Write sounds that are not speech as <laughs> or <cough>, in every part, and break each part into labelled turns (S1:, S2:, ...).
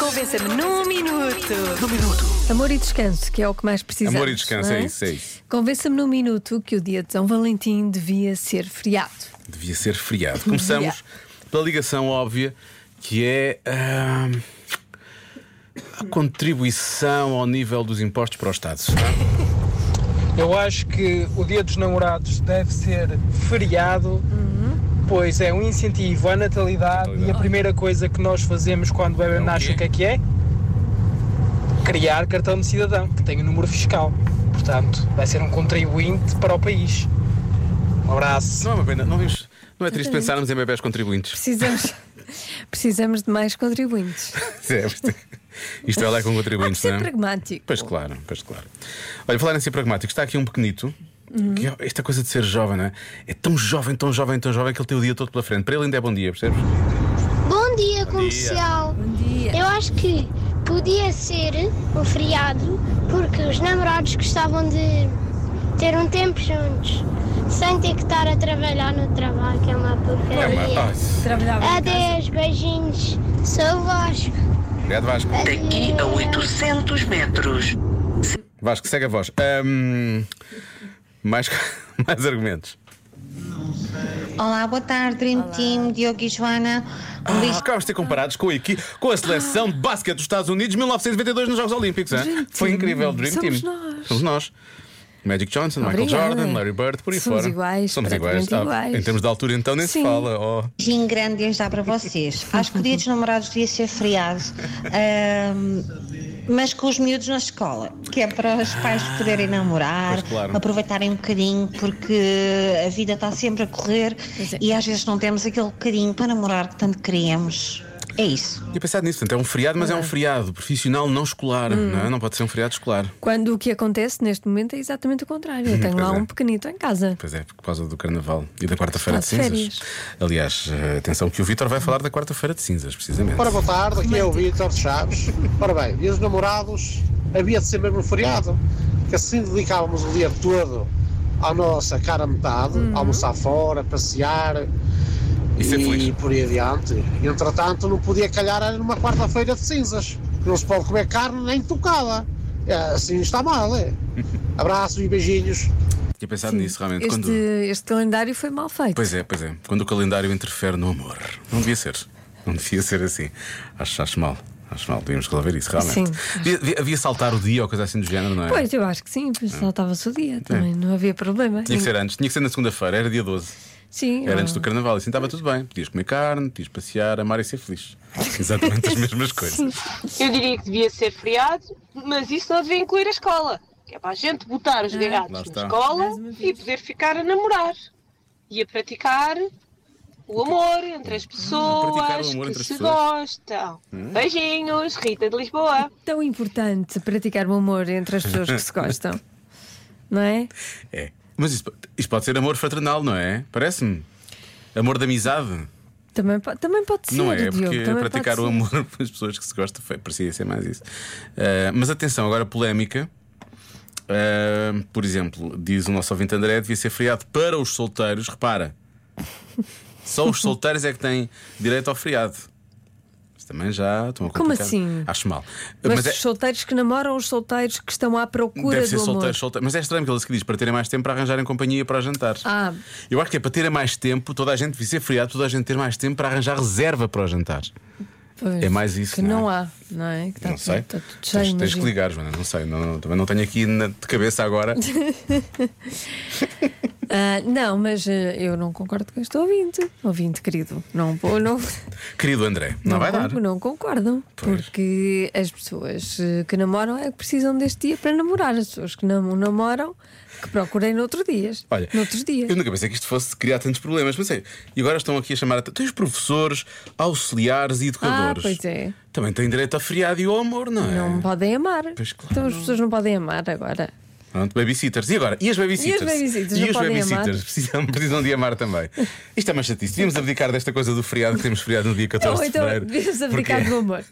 S1: Convença-me num minuto.
S2: Amor e descanso, que é o que mais precisamos.
S3: Amor e descanso,
S2: não
S3: é isso, é isso.
S2: Convença-me num minuto que o dia de São Valentim devia ser feriado.
S3: Devia ser feriado. Começamos pela ligação óbvia que é ah, a contribuição ao nível dos impostos para o Estado.
S4: Eu acho que o Dia dos Namorados deve ser feriado, pois é um incentivo à natalidade e a
S3: Natalidade.
S4: primeira coisa que nós fazemos quando o bebê
S3: o
S4: nasce,
S3: quê?
S4: o que é que é? Criar cartão de cidadão, que tem o número fiscal. Portanto, vai ser um contribuinte para o país. Um abraço.
S3: Não é uma pena, não, vimos- não é triste pensarmos em
S2: <laughs>
S3: bebés contribuintes. <laughs>
S2: Precisamos, precisamos de mais contribuintes.
S3: É, isto- Isto é lá com
S2: Há de
S3: contribuintes,
S2: ser
S3: não é?
S2: pragmático.
S3: Pois claro, pois claro. Olha, falar em ser pragmático, está aqui um pequenito. que é esta coisa de ser jovem, não é? É tão jovem, tão jovem, tão jovem que ele tem o dia todo pela frente. Para ele ainda é bom dia, percebes?
S5: Bom dia, comercial.
S2: Bom dia.
S5: Eu acho que podia ser um feriado porque os namorados gostavam de ter um tempo juntos, sem ter que estar a trabalhar no trabalho, que é uma
S3: É uma.
S5: porcaria.
S3: Oh,
S5: tá,
S2: Trabalhava em casa.
S5: Adeus, beijinhos. Sou o Vasco.
S3: obrigado, é Vasco.
S6: Daqui a 800 metros.
S3: Vasco, segue a voz. Ahm, mais, <laughs> mais argumentos.
S7: Olá, boa tarde, Dream Team, Diogo e Joana. Um beijo
S3: Acabamos de ser comparados com a, equi- com a seleção de basquete dos Estados Unidos 1992 nos Jogos Olímpicos. hã?
S2: Dream
S3: Foi
S2: Team.
S3: incrível. Dream
S2: Somos
S3: Team.
S2: nós.
S3: Somos nós. Magic Johnson,
S2: Obrigada.
S3: Michael Jordan, Larry Bird, por aí
S2: Somos
S3: fora.
S2: iguais,
S3: Somos iguais. Ah,
S2: praticamente iguais.
S3: em termos de altura, então, nem
S2: Sim.
S3: se fala. Oh.
S7: beijinho grande desde já para vocês. Acho que o dia dos namorados devia ser feriado, ahm, mas com os miúdos na escola, que é para os pais poderem namorar,
S3: Pois, claro.
S7: aproveitarem um bocadinho, porque a vida está sempre a correr
S2: Pois é.
S7: e às vezes não temos aquele bocadinho para namorar que tanto queríamos. É isso.
S3: E pensar nisso, portanto, é um feriado,
S2: Ah.
S3: mas é um feriado profissional não escolar,
S2: Hum.
S3: não é? Não pode ser um feriado escolar.
S2: Quando o que acontece neste momento é exatamente o contrário. Eu tenho
S3: pois
S2: lá
S3: é.
S2: um pequenito em casa.
S3: Pois é, por causa do carnaval e da quarta-feira de
S2: Está de
S3: cinzas.
S2: férias.
S3: Aliás, eh, atenção que o Vitor vai falar da quarta-feira de cinzas, precisamente.
S8: Ora, boa tarde, aqui é o Vítor Chaves. Ora bem, e os namorados havia de ser mesmo um feriado, que assim dedicávamos o dia todo à nossa cara metade, a almoçar fora, passear
S3: E ser feliz.
S8: por aí adiante. Entretanto, não podia calhar era numa quarta-feira de cinzas, que não se pode comer carne nem tocada. É, assim está
S3: <laughs>
S8: mal, é? Abraços e beijinhos.
S3: Tinha pensado nisso realmente.
S2: Este,
S3: Quando...
S2: este calendário foi mal feito.
S3: Pois é, pois é. Quando o calendário interfere no amor. Não devia ser. Não devia ser assim. Acho, acho mal. Acho mal. Devíamos resolver isso, realmente.
S2: Sim.
S3: Devia, devia- havia saltar o dia ou coisa assim do género, não é? Ah.
S2: Pois, eu acho que sim, pois saltava-se o dia também, não havia problema.
S3: Tinha que ser antes, tinha que ser na segunda-feira, era dia 12.
S2: Sim, Ah.
S3: Era
S2: ou-
S3: antes do carnaval, e assim estava tudo bem. Podias comer carne, podias passear, amar e ser feliz. Exatamente as
S2: <laughs>
S3: mesmas coisas.
S9: Eu diria que devia ser feriado, mas isso não devia incluir a escola. Que é para a gente botar os
S3: Lá
S9: gatos
S3: está.
S9: na escola e poder ficar a namorar e a praticar o amor entre as
S3: praticar o
S9: pessoas
S3: amor
S9: que
S3: entre as
S9: se
S3: pessoas. Hum?
S9: gostam. Beijinhos, Rita de Lisboa.
S2: tão importante praticar o amor entre as pessoas que se
S3: <laughs>
S2: gostam. Não é?
S3: É. Mas isso, isso pode ser amor fraternal, não é? Parece-me. Amor de amizade.
S2: Também, po- também pode ser,
S3: Não é,
S2: Diogo,
S3: porque
S2: também
S3: praticar
S2: pode
S3: o
S2: ser.
S3: amor <laughs> pelas pessoas que se gostam foi, parecia ser mais isso. Ah, mas atenção, agora polémica. Ah, por exemplo, diz o nosso ouvinte André, devia ser feriado para os
S2: <laughs>
S3: solteiros. Repara, só os solteiros é que têm direito ao feriado. Mas também já estão a
S2: Como
S3: complicar.
S2: assim?
S3: Acho mal.
S2: Mas,
S3: é-
S2: os solteiros que namoram, os solteiros que estão à procura
S3: Deve ser
S2: do amor.
S3: solteiro, solteiro. Mas é estranho que ele se diz para terem mais tempo para arranjarem companhia para jantar.
S2: Ah.
S3: Eu acho que é para terem mais tempo, toda a gente devia ser feriado, toda a gente ter mais tempo para arranjar reserva para os jantares.
S2: Pois,
S3: É mais isso,
S2: Que
S3: não é?
S2: não há, não é? Que está
S3: não
S2: tudo-
S3: sei.
S2: está tudo cheio,
S3: tens, tens que
S2: imagino.
S3: ligar, Joana. Não sei. Não, também não tenho aqui na- de
S2: <laughs>
S3: cabeça agora.
S2: Ah, não, mas eh, eu não concordo com este ouvinte. Ouvinte, querido. Não, vou- não,
S3: Querido André, não, vai
S2: con-
S3: dar.
S2: Não concordam.
S3: Pois.
S2: Porque as pessoas eh, que namoram é que precisam deste dia para namorar. As pessoas que não namoram, que procurem noutros dias.
S3: Olha,
S2: noutros dias.
S3: eu nunca pensei que isto fosse criar tantos problemas, mas sei. E agora estão aqui a chamar. a- Tens professores, auxiliares e educadores.
S2: Ah, pois é.
S3: Também têm direito a feriado e ao amor, não é?
S2: Não podem amar.
S3: Pois claro.
S2: Então as pessoas não podem amar agora.
S3: Pronto, babysitters. E agora? E as babysitters?
S2: E as babysitters?
S3: E
S2: Não
S3: os
S2: podem
S3: babysitters
S2: amar?
S3: <laughs> precisam, precisam de
S2: <laughs>
S3: amar também. Isto é uma chatice. Devíamos abdicar desta coisa do feriado que temos feriado no dia 14
S2: Ou
S3: de
S2: então <laughs>
S3: fevereiro.
S2: devias abdicar
S3: Porque-
S2: do amor.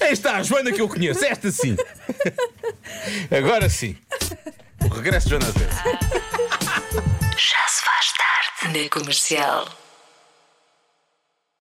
S3: Aí está a Joana que eu conheço. Esta sim. Agora sim. O regresso de Joana Azevedo.
S6: Já se faz tarde na comercial.